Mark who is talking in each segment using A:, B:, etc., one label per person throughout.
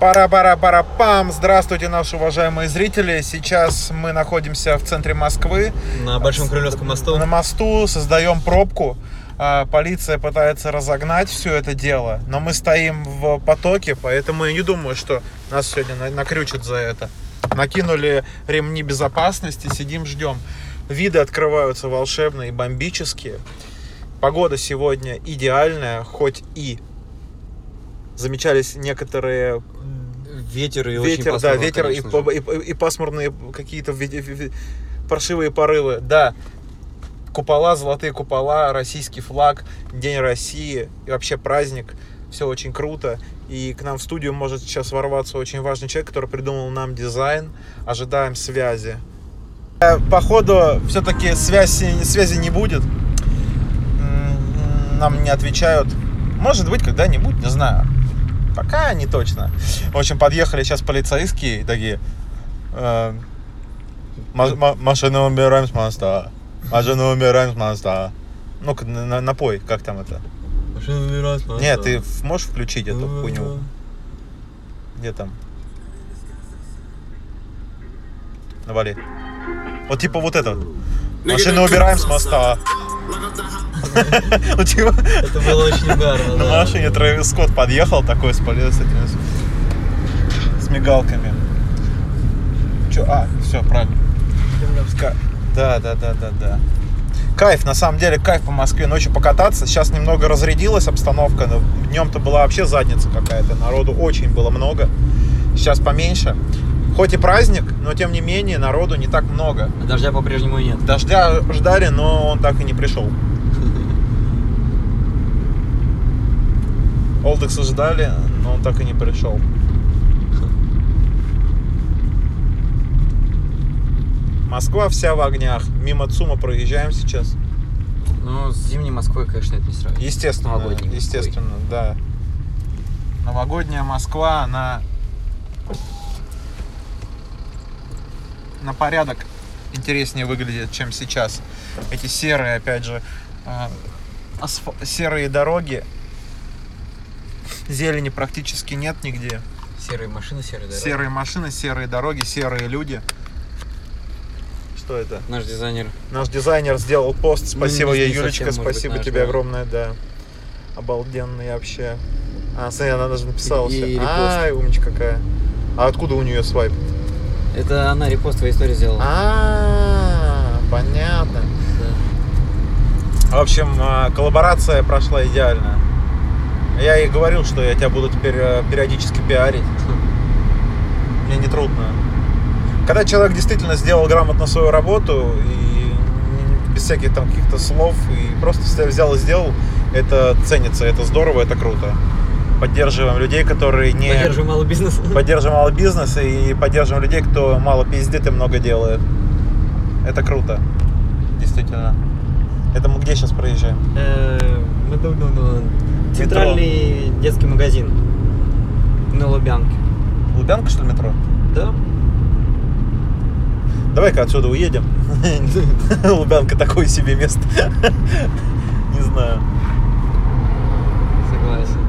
A: пара пара пара пам Здравствуйте, наши уважаемые зрители. Сейчас мы находимся в центре Москвы.
B: На Большом Крылевском мосту.
A: На мосту создаем пробку. А, Полиция пытается разогнать все это дело, но мы стоим в потоке, поэтому я не думаю, что нас сегодня на- накрючат за это. Накинули ремни безопасности, сидим, ждем. Виды открываются волшебные, бомбические. Погода сегодня идеальная, хоть и замечались некоторые
B: Ветер и очень
A: ветер, да,
B: пасмурно,
A: ветер и,
B: конечно
A: по-
B: же.
A: и по- и пасмурные какие-то ви- ви- ви- паршивые порывы, да. Купола, золотые купола, российский флаг, День России и вообще праздник. Все очень круто. И к нам в студию может сейчас ворваться очень важный человек, который придумал нам дизайн. Ожидаем связи. Э, Походу, все-таки связи, связи не будет. М, Нам не отвечают. Может быть, когда-нибудь, не знаю. Пока не точно. В общем, подъехали сейчас полицейские и такие. э, «Ма- ма- Машину убираем с моста. Машину убираем с моста. Ну-ка, на- на- напой, как там это?
B: Машина умирает, но
A: Не,
B: Ну да.
A: ты в- можешь включить эту
B: Ну,
A: хуйню? Где там? Навали. Вот типа вот это. вот. Машину убираем с моста. Ну, типа,
B: Это было очень угарно,
A: На
B: да.
A: машине Трэвис Скотт подъехал такой с поле- с этими с- с мигалками. Че, а, все, правильно. Ка- Да, да, да, да, да. Кайф, на самом деле, кайф по Москве ночью покататься. Сейчас немного разрядилась обстановка, но днем-то была вообще задница какая-то. Народу очень было много. Сейчас поменьше. Хоть и праздник, но тем не менее народу не так много.
C: а
B: Дождя по-прежнему нет.
A: Дождя ждали, но он так и не пришел. Олдекса ждали, но он так и не пришел. Москва вся в огнях. Мимо ЦУМа проезжаем сейчас.
C: Ну, с зимней Москвой, конечно, это не сравнить.
A: Естественно,
C: Новогодней
A: естественно, да. Новогодняя Москва, она на порядок интереснее выглядит, чем сейчас. Эти серые, опять же, а, асфа- серые дороги, зелени практически нет нигде.
C: Серые машины, серые дороги.
A: Серые машины, серые дороги, серые люди. Что это?
C: Наш дизайнер.
A: Наш дизайнер сделал пост.
C: Ну, не-
A: Спасибо
C: не
A: ей,
C: совсем,
A: Юлечка.
C: может быть,
A: спасибо
C: наш,
A: тебе
C: да.
A: огромное, да. Обалденный вообще. А, смотри, она даже написала
C: И- и
A: все.
C: репост.
A: Ай, умничка какая. А откуда у нее свайп?
C: Это она репост твоей истории сделала.
A: А, понятно.
C: Да.
A: В общем, а, коллаборация прошла идеально. Я ей говорил, что я тебя буду теперь э, периодически пиарить. Мне не трудно. Когда человек действительно сделал грамотно свою работу и не- без всяких там каких-то слов и просто вся- взял и сделал, это ценится, это здорово, это круто. Поддерживаем людей, которые не
C: Поддерживаю малый бизнес.
A: поддерживаем малый бизнес и поддерживаем людей, кто мало пиздит и много делает. Это круто, действительно. Это мы где сейчас проезжаем?
C: Э, Мы друг другу- Центральный детский магазин на Лубянке.
A: Лубянка, что ли, метро?
C: Да?
A: Давай-ка отсюда уедем. Лубянка такое себе место. Не знаю.
C: Согласен.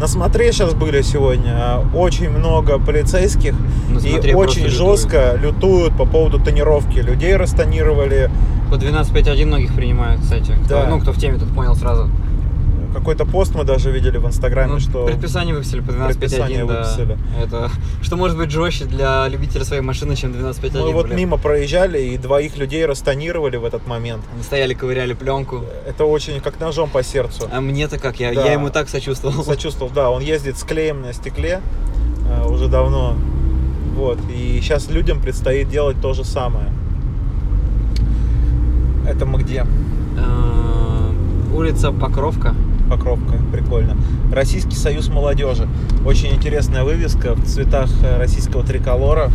A: На смотре сейчас были сегодня очень много полицейских
C: На
A: и
C: смотре
A: очень
C: Ну, просто
A: жестко лютуют по поводу тонировки. Людей растонировали.
C: По 12.5.1 многих принимают, кстати. Кто-
A: Да.
C: Ну, кто в теме, тот понял сразу.
A: Какой-то пост мы даже видели в Инстаграме,
C: Ну,
A: что...
C: Предписание выписали по 12.5.1.
A: Предписание
C: да.
A: выписали.
C: Это что может быть жестче для любителя своей машины, чем 12.5.1.
A: Мы Ну, вот
C: блин.
A: мимо проезжали и двоих людей растонировали в этот момент.
C: Они стояли, ковыряли пленку.
A: Это очень как ножом по сердцу.
C: А мне-то как? Я,
A: Да.
C: я ему так сочувствовал.
A: Сочувствовал, да, он ездит с клеем на стекле э, уже давно. Вот, и сейчас людям предстоит делать то же самое. Это мы где?
C: Эм, Улица Покровка.
A: Покровка, прикольно. Российский союз молодежи. Очень интересная вывеска в цветах э, российского триколора.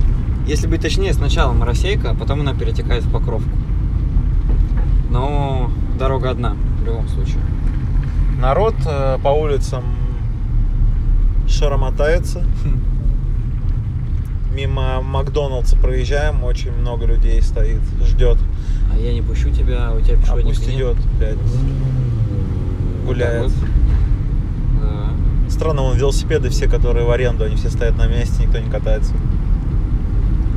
C: Если быть точнее, сначала Моросейка, а потом она перетекает в Покровку. Но дорога одна, в любом случае.
A: Народ э, по улицам шаромотается. Мимо Макдоналдса проезжаем, очень много людей стоит, ждет.
C: А я не пущу тебя, а у тебя
A: А
C: пешеходника
A: пусть
C: нет.
A: идет, блядь.
C: Вот так
A: Гуляет.
C: вот. Да.
A: Странно, вон велосипеды все, которые в аренду, они все стоят на месте, никто не катается.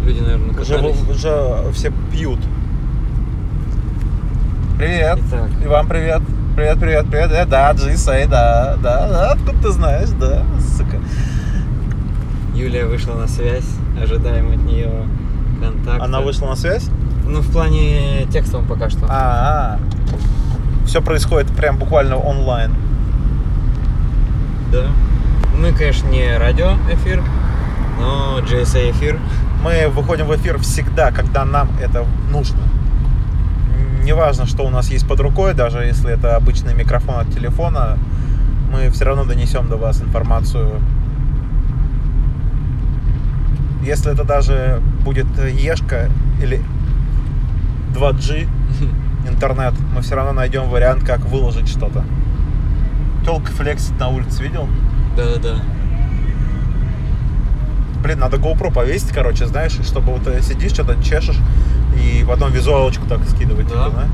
B: Люди, наверное,
A: Уже,
B: катались.
A: уже все пьют. Привет.
C: Итак.
A: И вам привет. Привет, привет, привет. Э, да, Джисей, да, да, да, откуда ты знаешь, да, сука.
C: Юлия вышла на связь, ожидаем от нее контакта.
A: Она вышла на связь?
C: Ну, в плане текстовом пока что.
A: А, все происходит прям буквально онлайн.
C: Да. Мы, конечно, не радиоэфир, но GSA эфир.
A: Мы выходим в эфир всегда, когда нам это нужно. Неважно, что у нас есть под рукой, даже если это обычный микрофон от телефона, мы все равно донесем до вас информацию. Если это даже будет Ешка или 2G интернет, мы все равно найдем вариант, как выложить что-то. Телка флексит на улице, видел?
B: Да-да-да.
A: Блин, надо GoPro повесить, короче, знаешь, и чтобы вот э, сидишь, что-то чешешь, и потом визуалочку так скидывать.
B: Да.
A: типа,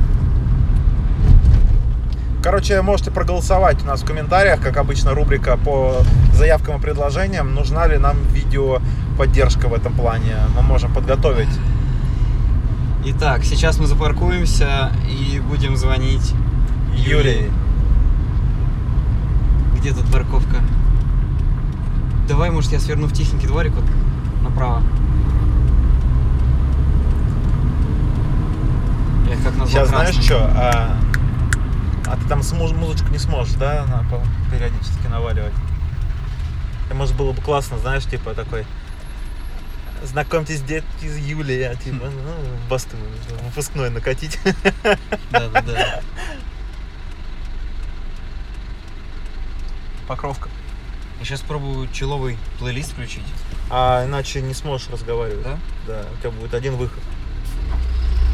A: Короче, можете проголосовать у нас в комментариях, как обычно, рубрика по заявкам и предложениям. Нужна ли нам видео поддержка в этом плане? Мы можем подготовить.
C: Итак, сейчас мы запаркуемся и будем звонить
A: Юлии.
C: Где тут парковка? Давай, может, я сверну в тихенький дворик вот направо. Я как назвал
A: Сейчас знаешь
C: красным.
A: что? А, а ты там смуж- музычку не сможешь, да, на пол- периодически наваливать? И, может, было бы классно, знаешь, типа такой... Знакомьтесь, детки из Юлия, типа, ну, басты выпускной накатить.
B: Да-да-да.
A: Покровка.
C: Я сейчас пробую человый плейлист включить.
A: А иначе не сможешь разговаривать.
C: Да?
A: Да, у тебя будет один выход.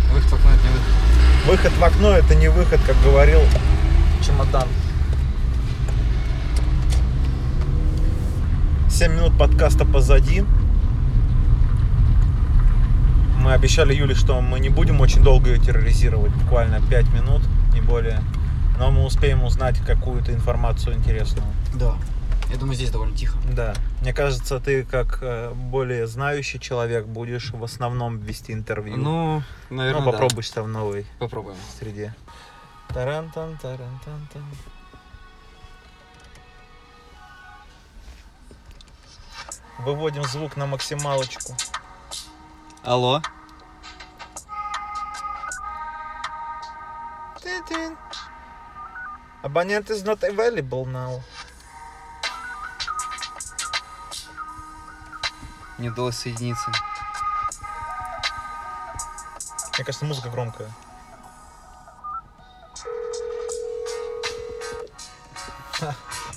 C: Выход в окно, это не выход.
A: Выход в окно это не выход, как говорил чемодан. 7 минут подкаста позади. Мы обещали Юле, что мы не будем очень долго ее терроризировать, буквально 5 минут, не более. Но мы успеем узнать какую-то информацию интересную.
C: Да. Я думаю, здесь довольно тихо.
A: Да. Мне кажется, ты как э, более знающий человек будешь в основном вести интервью.
C: Ну,
A: Ну,
C: наверное, да.
A: попробуй себя в новой
C: Попробуем.
A: среде. Тарантан, тарантан-тан. Выводим звук на максималочку.
C: Алло.
A: Тин-тин. Абонент is not available now.
C: Не удалось соединиться.
A: Мне кажется, музыка громкая.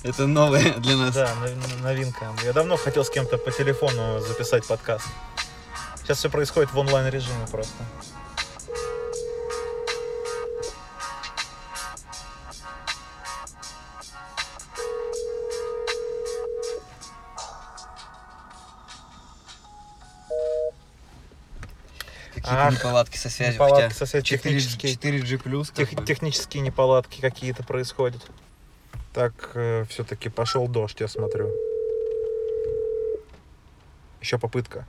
C: Это новое для нас.
A: Да, нов- новинка. Я давно хотел с кем-то по телефону записать подкаст. Сейчас все происходит в онлайн режиме просто.
C: Какие-то
A: Ах,
C: неполадки со связью.
A: неполадки
C: хотя
A: со связью
C: 4G
A: технические.
C: 4G плюс.
A: Тех- технические неполадки какие-то происходят. Так, все-таки пошел дождь, я смотрю. Еще попытка.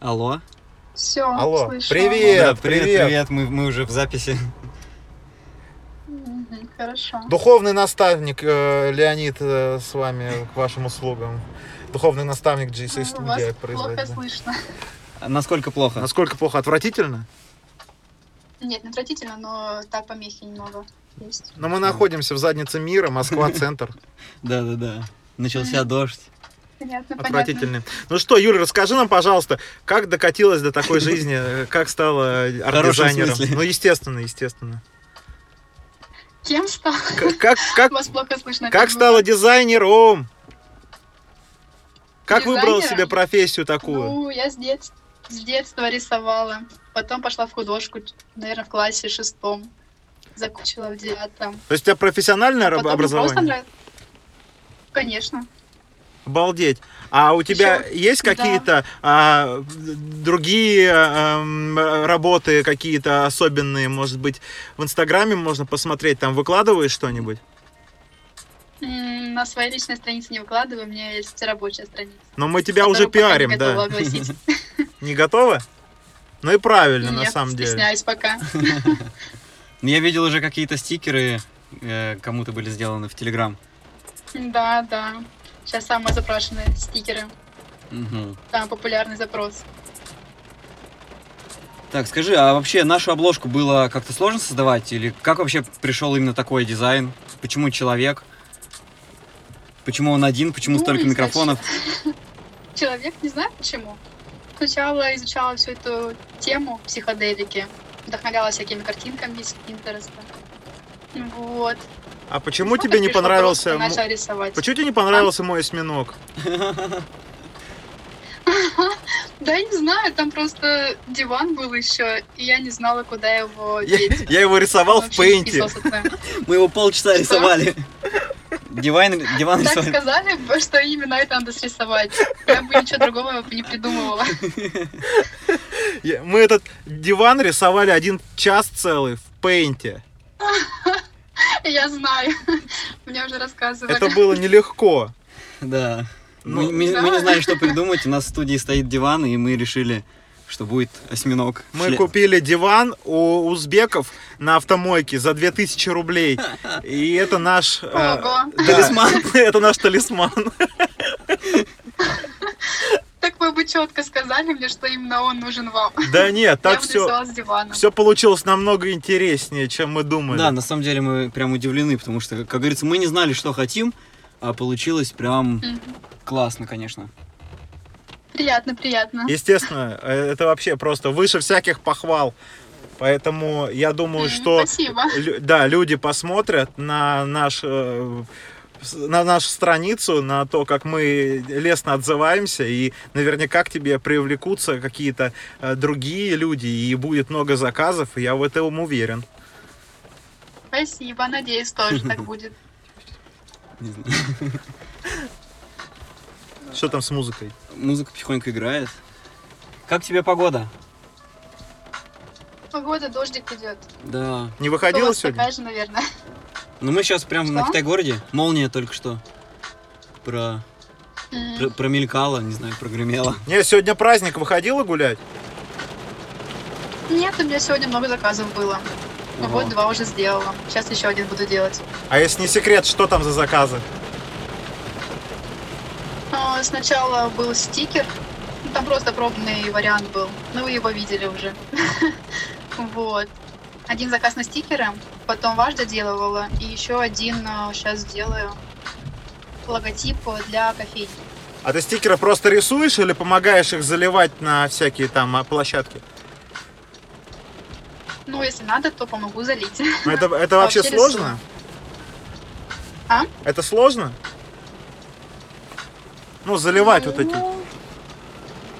C: Алло.
D: Все,
A: Алло,
D: слышу.
A: привет!
C: Да, привет,
A: привет.
C: привет. Мы, мы уже в записи.
D: Мгм, Хорошо.
A: Духовный наставник э, Леонид э, с вами к вашим услугам. Духовный наставник GC
D: Ну, вас
A: студия
D: плохо
A: производитель.
D: слышно.
C: А Насколько плохо?
A: Насколько плохо? Отвратительно?
D: Нет, не отвратительно, но да, помехи немного есть.
A: Но мы находимся в заднице мира, Москва-центр.
C: Да, да, да. Начался дождь.
D: Понятно, понятно.
A: Отвратительный. Ну что, Юля, расскажи нам, пожалуйста, как докатилась до такой жизни, э, как стала
C: хорошем
A: арт-дизайнером?
C: смысле.
A: Ну, естественно, естественно.
D: Кем стал?
A: К- Как, как,
D: Вас плохо слышно.
A: Как
D: стало?
A: стала дизайнером? Как выбрала
D: Дизайнером?
A: себе профессию такую?
D: Ну, я с детства, с детства рисовала. Потом пошла в художку, наверное, в классе шестом. Закончила в девятом.
A: То есть у тебя профессиональное раб-
D: а Потом мне просто
A: образование?
D: нравится. Конечно.
A: Обалдеть. А у тебя есть
D: Да.
A: какие-то а, другие эм, работы, какие-то особенные, может быть, в Инстаграме можно посмотреть, там выкладываешь что-нибудь?
D: М, на своей личной странице не выкладываю, у меня есть рабочая страница.
A: Но мы тебя А уже
D: которую пока не
A: пиарим,
D: готова
A: да.
D: огласить.
A: Не готовы? Ну и правильно, на
D: Я
A: самом деле.
D: стесняюсь пока.
C: Ну, Я видел уже какие-то стикеры э, кому-то были сделаны в Телеграм.
D: Да, да. Сейчас самые запрашенные стикеры.
C: Мгм.
D: Самый популярный запрос.
C: Так, скажи, а вообще нашу обложку было как-то сложно создавать? Или как вообще пришел именно такой дизайн? Почему человек? Почему он один? Почему
D: Ну,
C: столько
D: и, значит,
C: микрофонов?
D: Человек не знает почему. Сначала изучала всю эту тему психоделики. Вдохновлялась всякими картинками из Пинтереста. Вот.
A: А почему
D: Потом
A: тебе не
D: пришло
A: понравился...
D: просто,
A: мо-
D: Начала рисовать.
A: Почему тебе не понравился мой осьминог?
D: Да я не знаю, там просто диван был еще, и я не знала, куда его
A: Я,
D: деть.
A: я его рисовал
D: Он
A: в
D: вообще не
A: пейнте.
D: вписывался туда.
C: Мы его полчаса
D: Что?
C: рисовали. Дивайн, диван
D: Так
C: рисовали.
D: сказали, бы, что именно это надо срисовать. Я бы ничего другого не придумывала.
A: Я- Мы этот диван рисовали один час целый в пейнте.
D: Я знаю. Мне уже рассказывали.
A: Это было нелегко.
C: Да.
A: Ну,
C: мы, мы-
D: да.
C: мы не знали, что придумать. У нас в студии стоит диван, и мы решили, что будет осьминог. в
A: Мы
C: шле-
A: купили диван у узбеков на автомойке за 2000 рублей. И это наш... э,
D: Ого.
A: да,
C: Талисман.
A: Это наш талисман.
D: Так вы бы четко сказали мне, что именно он нужен вам.
A: Да нет,
D: я
A: так
D: бы
A: все...
D: рисовала с дивана.
A: Все получилось намного интереснее, чем мы думали.
C: Да, ну. на самом деле мы прям удивлены, потому что, как говорится, мы не знали, что хотим, а получилось прям
D: Мгм.
C: классно, конечно.
D: Приятно, приятно.
A: Естественно, э, это вообще просто выше всяких похвал. Поэтому я думаю,
D: М,
A: что
D: Спасибо.
A: лю- да, люди посмотрят на наш э, с- на нашу страницу, на то, как мы лестно отзываемся, и наверняка к тебе привлекутся какие-то э, другие люди, и будет много заказов, и я в этом уверен.
D: Спасибо. Надеюсь, тоже так будет.
C: Не знаю.
A: Что там с музыкой?
C: Музыка потихоньку играет. Как тебе погода?
D: Погода, дождик идет.
C: Да.
A: Не
D: У
A: выходила
D: вас
A: сегодня?
D: такая же, наверное.
C: Ну мы сейчас прям на
D: Что?
C: Китай-городе. Молния только что про...
D: М,
C: пр- промелькала, не знаю, прогремела.
A: Не, сегодня праздник, выходила гулять?
D: Нет, у меня сегодня много заказов было. Ну
C: О.
D: Вот два уже сделала. Сейчас еще один буду делать.
A: А если не секрет, что там за заказы?
D: А, Сначала был стикер. Ну, Там просто пробный вариант был. Ну, вы его видели уже. Вот. Один заказ на стикеры, потом ваш доделывала, и еще один сейчас делаю логотип для кофейни.
A: А ты стикеры просто рисуешь или помогаешь их заливать на всякие там а, площадки?
D: Ну, если надо, то помогу залить.
A: Ну, это, это вообще,
D: Вообще рисую.
A: сложно?
D: А?
A: Это сложно? Ну, заливать вот эти.
D: Ну,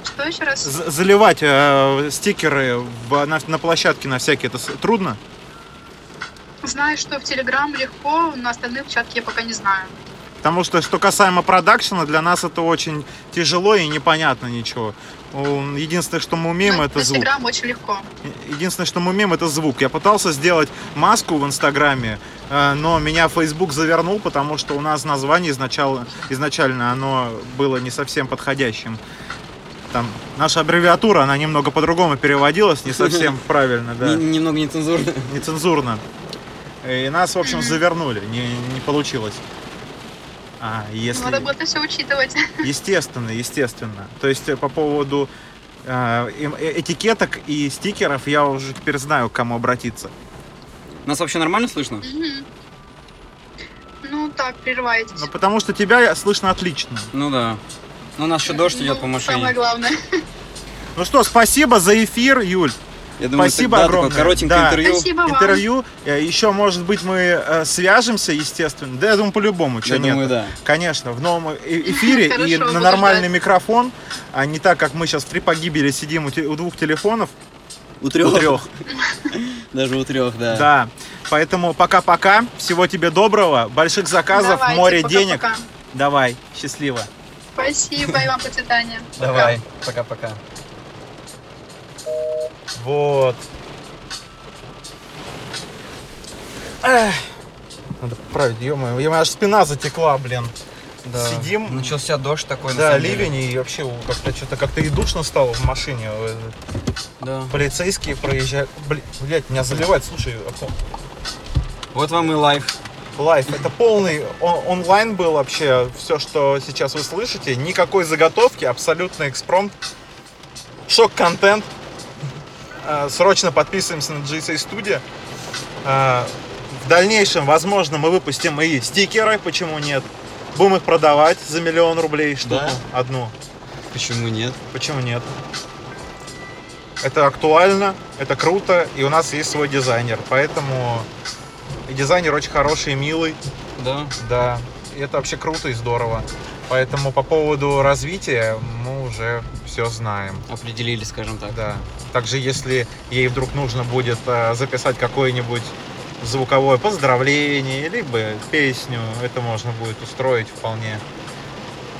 D: Что еще раз?
A: з- Заливать э, стикеры в- на, на площадке на всякие, это с- трудно?
D: Знаю, что в Телеграм легко, на остальных чатке я пока не знаю.
A: Потому что, что касаемо продакшена, для нас это очень тяжело и непонятно ничего. М, Единственное, что мы умеем,
D: Ну,
A: это
D: на
A: звук.
D: Телеграм очень легко.
A: Единственное, что мы умеем, это звук. Я пытался сделать маску в Инстаграме, э, но меня Facebook завернул, потому что у нас название изначально, изначально оно было не совсем подходящим. Там наша аббревиатура, она немного по-другому переводилась, не совсем правильно, да,
C: Н- немного нецензурно.
A: нецензурно. И нас, в общем,
D: Мгм.
A: завернули, не, не получилось. А, если...
D: Надо было это все учитывать.
A: Естественно, естественно. То есть э, по поводу э, им- э, этикеток и стикеров я уже теперь знаю, к кому обратиться.
C: Нас вообще нормально слышно?
D: Мгм. Ну так, прерываетесь.
A: Ну, потому что тебя слышно отлично.
C: Ну да. Ну, у нас еще дождь идет
D: Ну,
C: по
D: Самое
C: машине.
D: главное.
A: Ну что, спасибо за эфир, Юль.
C: Я думаю,
A: Спасибо
C: тогда
A: огромное.
C: такое коротенькое
A: Да.
C: интервью.
D: Спасибо вам.
A: Интервью. Э, Еще, может быть, мы э, свяжемся, естественно. Да, я думаю, по-любому,
C: Я
A: что нет.
C: думаю, да.
A: Конечно, в новом э- эфире и
D: Хорошо,
A: на
D: буду
A: нормальный
D: ждать.
A: микрофон, а не так, как мы сейчас три погибели сидим у те- у двух телефонов,
C: У
A: у
C: трех.
A: трех.
C: Даже у трех, да.
A: Да. Поэтому пока-пока. Всего тебе доброго. Больших заказов,
D: Давайте,
A: море
D: пока-пока.
A: денег. Давай. Счастливо.
D: Спасибо и вам процветания.
C: Давай. Пока-пока.
A: Вот.
B: Надо
A: Правильно, ё-моё, я аж спина затекла, блин.
C: Да.
A: Сидим.
C: Начался дождь такой. на
A: Да,
C: самом деле.
A: ливень и вообще у- как-то что-то как-то и душно стало в машине. Э,
C: Да.
A: Полицейские проезжают. Бли- Блять, меня заливает, слушай, Артём.
C: Вот вам и лайф.
A: лайф. Это полный он- онлайн был вообще. Все, что сейчас вы слышите, никакой заготовки, абсолютно экспромт. Шок-контент. Э, Срочно подписываемся на GSA Studio. Э, В дальнейшем, возможно, мы выпустим и стикеры, почему нет. Будем их продавать за миллион рублей штуку.
C: Да?
A: Одну.
C: Почему нет?
A: Почему нет? Это актуально, это круто, и у нас есть свой дизайнер. Поэтому и дизайнер очень хороший, милый.
C: Да.
A: Да, и это вообще круто и здорово. Поэтому по поводу развития мы уже все знаем.
C: Определили, скажем так.
A: Да. Также, если ей вдруг нужно будет э, записать какое-нибудь звуковое поздравление, либо песню, это можно будет устроить вполне.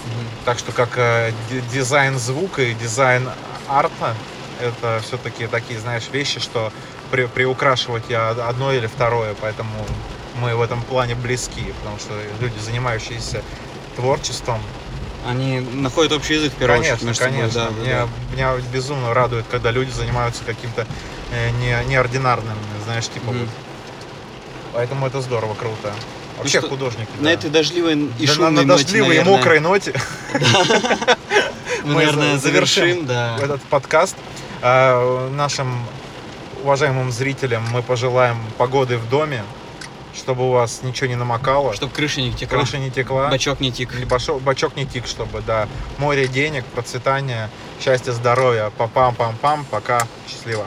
C: Мгм.
A: Так что, как э, ди- дизайн звука и дизайн арта, это все-таки такие, знаешь, вещи, что при- приукрашивать я одно или второе, поэтому мы в этом плане близки, потому что люди, занимающиеся творчеством,
C: Они находят общий язык в первую
A: конечно,
C: очередь между собой.
A: конечно,
C: Да, да,
A: меня,
C: да.
A: меня безумно радует, когда люди занимаются каким-то э, не, неординарным, знаешь, типа,
C: Мгм.
A: вот. поэтому это здорово, круто. Вообще
C: что,
A: художники.
C: На
A: да.
C: этой дождливой и
A: Да,
C: шумной
A: на, на
C: ноте,
A: дождливой и
C: наверное,
A: мокрой ноте
C: мы,
A: мы
C: наверное,
A: за- завершим.
C: завершим, да.
A: этот подкаст. А, Нашим уважаемым зрителям мы пожелаем погоды в доме, чтобы у вас ничего не намокало,
C: Чтоб крыша не текла,
A: крыша не текла,
C: бачок не тик.
A: или башо- бачок не тик, чтобы, да, море денег, процветания, счастья, здоровья. Папам-пам-пам, пока, счастливо.